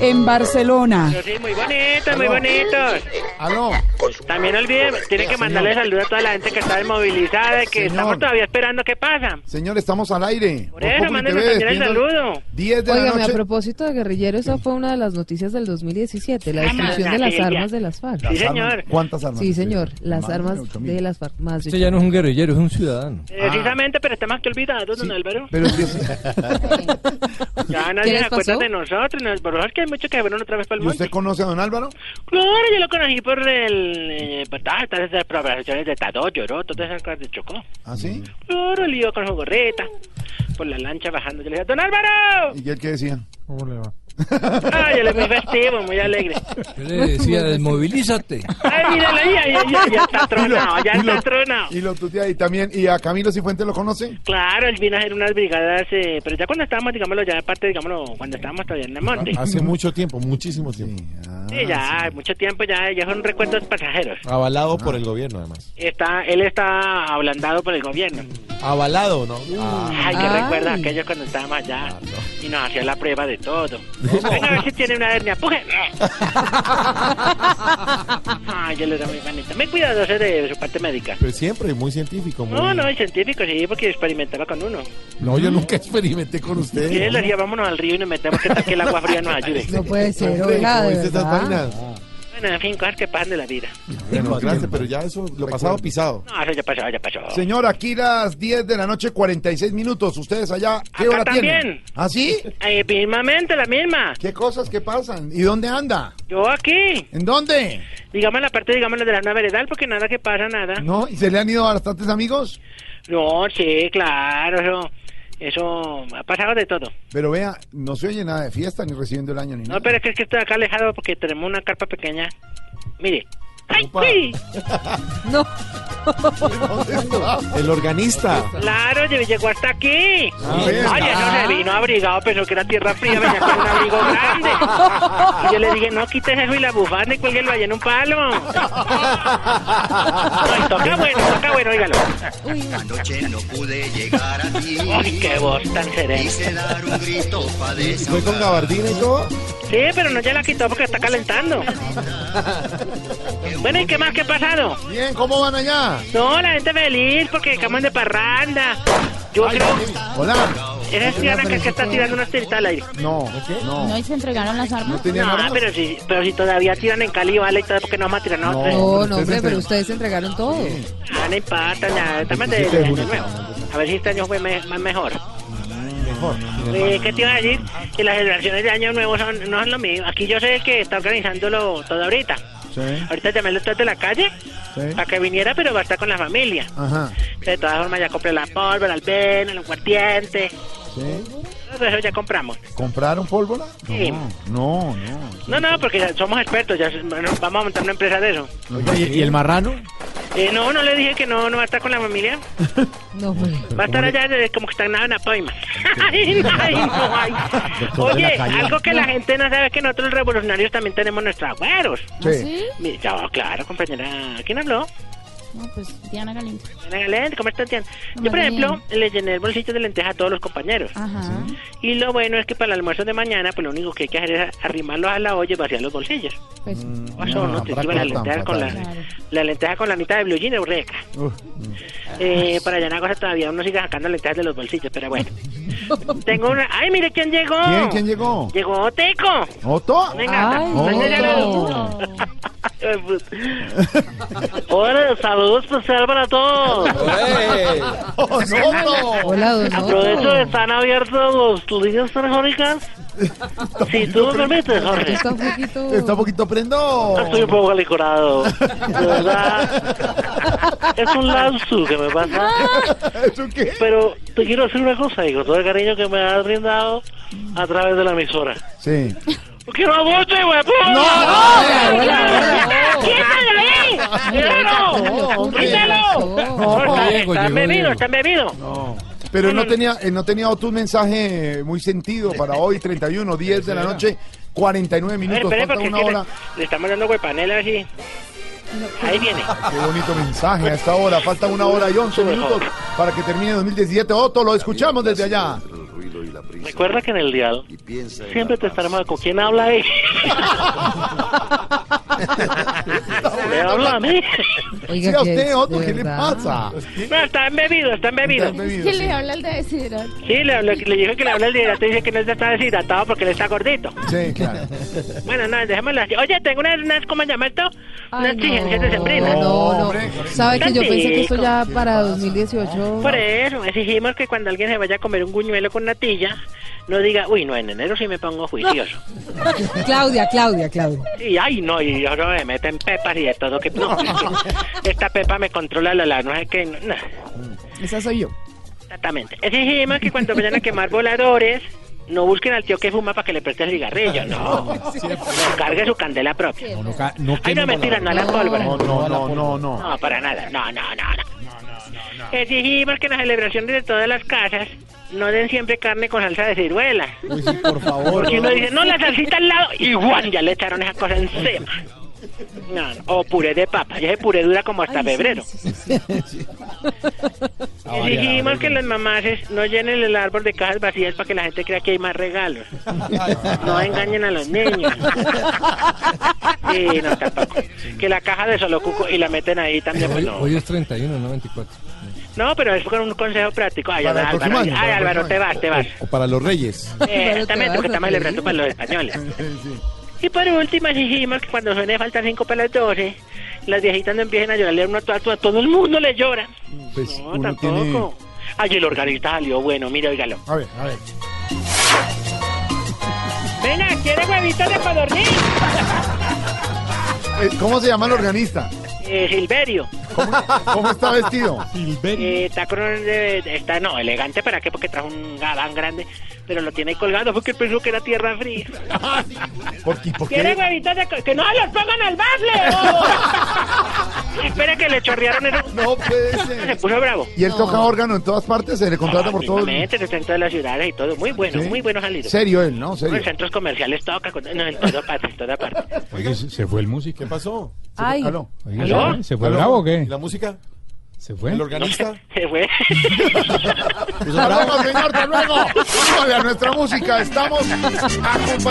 en Barcelona. Sí, muy bonitos, muy bonitos. Aló. También no olviden, tienen que mandarle saludo a toda la gente que está desmovilizada, que Señor. estamos todavía esperando qué pasa. Señor, estamos al aire. Por eso, mándenme también el saludo. 10 de la Óigame, a noche. propósito de guerrillero, esa fue una de las noticias del 2017, Ah, la destrucción de las armas de las FARC. Sí, Las armas. señor. ¿Cuántas armas? Sí, señor, las Más armas ocho mil. de las FARC. Más de Este ya no es un guerrillero, es un ciudadano. Eh, Precisamente, pero está más que olvidado, don Álvaro. Ah. Pero es que- Ya ¿Qué nadie les se acuerda pasó? de nosotros, nos- por favor, que hay muchos que fueron otra vez para el ¿Y monte. usted conoce a don Álvaro? Claro, yo lo conocí por el... eh, por todas estas- estas programaciones de Tadó, Lloró, todas esas cosas de Chocó. ¿Ah, sí? Claro, le iba con su gorrita, por la lancha bajando. Yo le decía, ¡Don Álvaro! ¿Y él qué decía? ¿Cómo le va? Ay, él es muy festivo, muy alegre. Yo le decía, desmovilízate. Ay, míralo ahí, ahí, ahí, ya está tronado, ya y lo- está tronado. Y lo tutea y también. ¿Y a Camilo Cifuentes lo conoce? Claro, él vino a hacer unas brigadas, eh, pero ya cuando estábamos, digámoslo, ya aparte, digámoslo, cuando estábamos todavía en el monte. Hace mucho tiempo, muchísimo tiempo. Sí. ah, Sí, ya, mucho tiempo, ya, ya son recuerdos pasajeros. Avalado por el gobierno, además. Está, él está ablandado por el gobierno. Avalado, ¿no? Ah, Ay, que Ay. recuerda aquellos cuando estábamos allá y nos hacía la prueba de todo. Venga, a ver si tiene una hernia. ¡Puje! Ay, yo le era muy bonito. Muy cuidadoso de su parte médica. Pero siempre muy científico. Muy... No, no, el científico, sí, porque experimentaba con uno. No, yo nunca experimenté con Y usted. él le decía, vámonos al río y nos metemos que tal que el agua fría nos ayude. No puede ser, Hombre, oiga, ¿cómo de viste estas verdad. vainas? Bueno, en fin, cosas que pasan de la vida. Bueno, gracias, pero ya eso, lo pasado pisado. No, eso ya pasó, ya pasó. Señor, aquí las 10 de la noche, 46 minutos. ¿Ustedes allá qué Acá hora tienen? también. ¿Ah, sí? Ay, mismamente, la misma. ¿Qué cosas que pasan? ¿Y dónde anda? Yo aquí, ¿En dónde? digamos la parte, digamos la de la nueva veredal, porque nada que pasa, nada. ¿No? ¿Y se le han ido bastantes amigos? No, sí, claro, eso, eso ha pasado de todo. Pero vea, no se oye nada de fiesta ni recibiendo el año ni No, nada. pero es que, es que estoy acá alejado porque tenemos una carpa pequeña. Mire. ¡Ay, Opa. sí! No, El organista. Claro, lle- llegó hasta aquí. Oye, bien. no se vino abrigado, pensó que era tierra fría, venía con un abrigo grande. Y yo le dije, no, quites eso y la bufanda y cuélguelo allá en un palo. No, y toca bueno, toca bueno, óigalo. Esta noche no pude llegar a ti. Ay, qué voz tan serena. Quise dar un grito pa' Fue con desahogar. gabardina y todo. Sí, pero no ya la quitó porque está calentando. Bueno, ¿y qué más que ha pasado? Bien, ¿cómo van allá? No, la gente feliz porque acaban de parranda. Yo creo... Hola. Esa es Diana que, que está tirando unas tiritas al aire. No, ¿No no. y se entregaron las armas? ¿No tenían No, armas? pero si, pero si todavía tiran en Cali, vale, y todo, porque no vamos a tirar nosotros. No, No. pero no, no, ustedes hombre, entregan. pero ustedes entregaron todo. Ah, no importa, nada, estamos de, de año nuevo. A ver si este año fue me- más mejor. Mejor. Eh, ¿Qué te iba a decir? Que las celebraciones de año nuevo son, no son lo mismo. Aquí yo sé que está organizándolo todo ahorita. Sí, Ahorita llamé los tres de la calle sí. para que viniera, pero va a estar con la familia. Ajá, De todas formas, ya compré la pólvora, el veno, el aguardiente. sí. Todo eso ya compramos. ¿Compraron pólvora? Sí. No, no, No, no. no, porque ya somos expertos, ya bueno, vamos a montar una empresa de eso. ¿Y el marrano? Eh, no, no le dije que no, no va a estar con la familia. No, hombre. Va a estar allá de- como que están en la palma. Ay, no, ay, no, ay. Oye, algo que la gente no sabe es que nosotros los revolucionarios también tenemos nuestros agüeros. Sí. Mira, ya, claro, compañera. ¿Quién habló? No, pues Diana Galindo. Ana Galén, ¿Cómo estás, Diana? Yo, por Muy ejemplo, le llené el bolsito de lenteja a todos los compañeros. Ajá. Y lo bueno es que para el almuerzo de mañana, pues lo único que hay que hacer es arrimarlos a la olla y vaciar los bolsillos. Pues, Ah, O sea, uno Ah, te lleva la lenteja con la, Claro. la lenteja con la mitad de blue jean eureka. Uf. Eh, para allá en cosa todavía uno sigue sacando lentejas de los bolsillos, pero bueno. Tengo una... ¡Ay, mire quién llegó! ¿Quién, quién llegó? Llegó Teco. ¿Otto? Venga, Ay, mándale Oh. no. Hola, saludos especial para todos. ¡Oh, no, Hola, don Aprovecho que Otto. están abiertos los líneas telefónicas. Si tú me permites, Jorge. Está un poquito... Está un poquito prendo. Estoy un poco alicorado. De verdad. Es un lapsus que me pasa. ¿Eso qué? Pero te quiero decir una cosa, y con todo el cariño que me has brindado a través de la emisora. Sí. ¡Quiero mucho, huevón! ¡No, no! ¡Quítalo ahí! ¡Quítalo! hombre, ¡Quítalo! no. No, está- Llegó, Está llegó, bebido, llegó. está bebido. Pero no tenía, eh, no tenía otro un mensaje muy sentido para hoy, 31, 10 de la noche, 49 A ver, minutos, espere, falta porque una aquí le, hora. le estamos dando huepanela así. Ahí viene. Qué bonito mensaje a esta hora. Falta una hora y 11 minutos para que termine 2017. Otto, lo escuchamos desde allá. la prisa. Recuerda que en el dial Y piensa en siempre la te paz. estará mal. ¿Con quién habla él? ¿Me habla a mí? Oiga, Sí, a que usted, es, Otto, de ¿qué le verdad. pasa? No, está embebido, está embebido. Está embebido, ¿Quién sí. le habla al deshidrato? Sí, le, le, le dijo que le habla el deshidratado y dice que no está deshidratado porque él está gordito. Sí, claro. Bueno, no, dejémoslo así. Oye, tengo unas, unas ¿cómo se llama esto? Unas Ay, exigencias de sembrina. no, no, Hombre, no. Sabe que yo pensé que esto ya para 2018. Por eso, exigimos que cuando alguien se vaya a comer un guñuelo con natilla, no diga, uy, no, en enero sí me pongo juicioso. Claudia, Claudia, Claudia. Y ay, no, y yo no me meten pepas y de todo que no. Esta pepa me controla la la, no es que no, no. Mm. Esa soy yo. Exactamente. Exigimos que cuando vayan a quemar voladores, no busquen al tío que fuma para que le preste el cigarrillo, no. No, Cargue su candela propia. No, no, ca- no Ay, queme no, mentira, no a la pólvora. No, no, no, no, no. No, para nada. No, no, no, no. Eh, Exigimos que en las celebraciones de todas las casas no den siempre carne con salsa de ciruela. Uy, sí, por favor. Porque uno dice, no, la salsita al lado y ¡guan! Ya le echaron esa cosa encima. No, no. O puré de papa. Y ese puré dura como hasta febrero. Exigimos que las mamases no llenen el árbol de cajas vacías para que la gente crea que hay más regalos. No engañen a los niños. Sí, no, tampoco. Que la caja de solo cuco y la meten ahí también. pues Hoy, no. hoy es 31, no 24. No, pero es con un consejo práctico. Ay, Para el Álvaro, próximo año, ay, para el Álvaro, te próximo vas, te vas. O para los reyes. Eh, Álvaro, te Exactamente, vas, porque estamos ok. celebrando para los españoles. Y por último, exigimos que cuando suene faltan 5 para las 12, las viejitas no empiecen a llorarle a uno a todo, a todo el mundo le llora. Pues no, uno tampoco. tiene. Ay, el organista salió bueno, mira, óigalo. A ver, a ver. Venga, ¿quiere huevitos de padornín? Eh, ¿Cómo se llama el organista? Eh, Silverio. ¿Cómo está vestido? Eh, está con un, eh, está no elegante para qué porque trajo un galán grande pero lo tiene ahí colgado porque pensó que era tierra fría ¿Por qué? por qué? ¿Quiere huevitos de co- que no los pongan al bafle espera que le chorrearon eso No puede se ser. puso bravo Y él toca órgano en todas partes, se le contrata por todo. el- Obviamente, en el centro de las ciudades y todo muy bueno muy bueno salido Serio él, ¿no? en Serio. centros comerciales toca con- no, en toda parte en toda parte Oye, se se fue el músico. ¿Qué pasó? Ay, Aló. Oiga, ¿Aló? ¿se fue? ¿Se fue ¿Aló? bravo o ¿Y qué? la música? ¿Se fue? ¿El organista? se fue ¿Puso Hasta bravo? luego, señor, hasta luego. Súbale a nuestra música, estamos acompañados.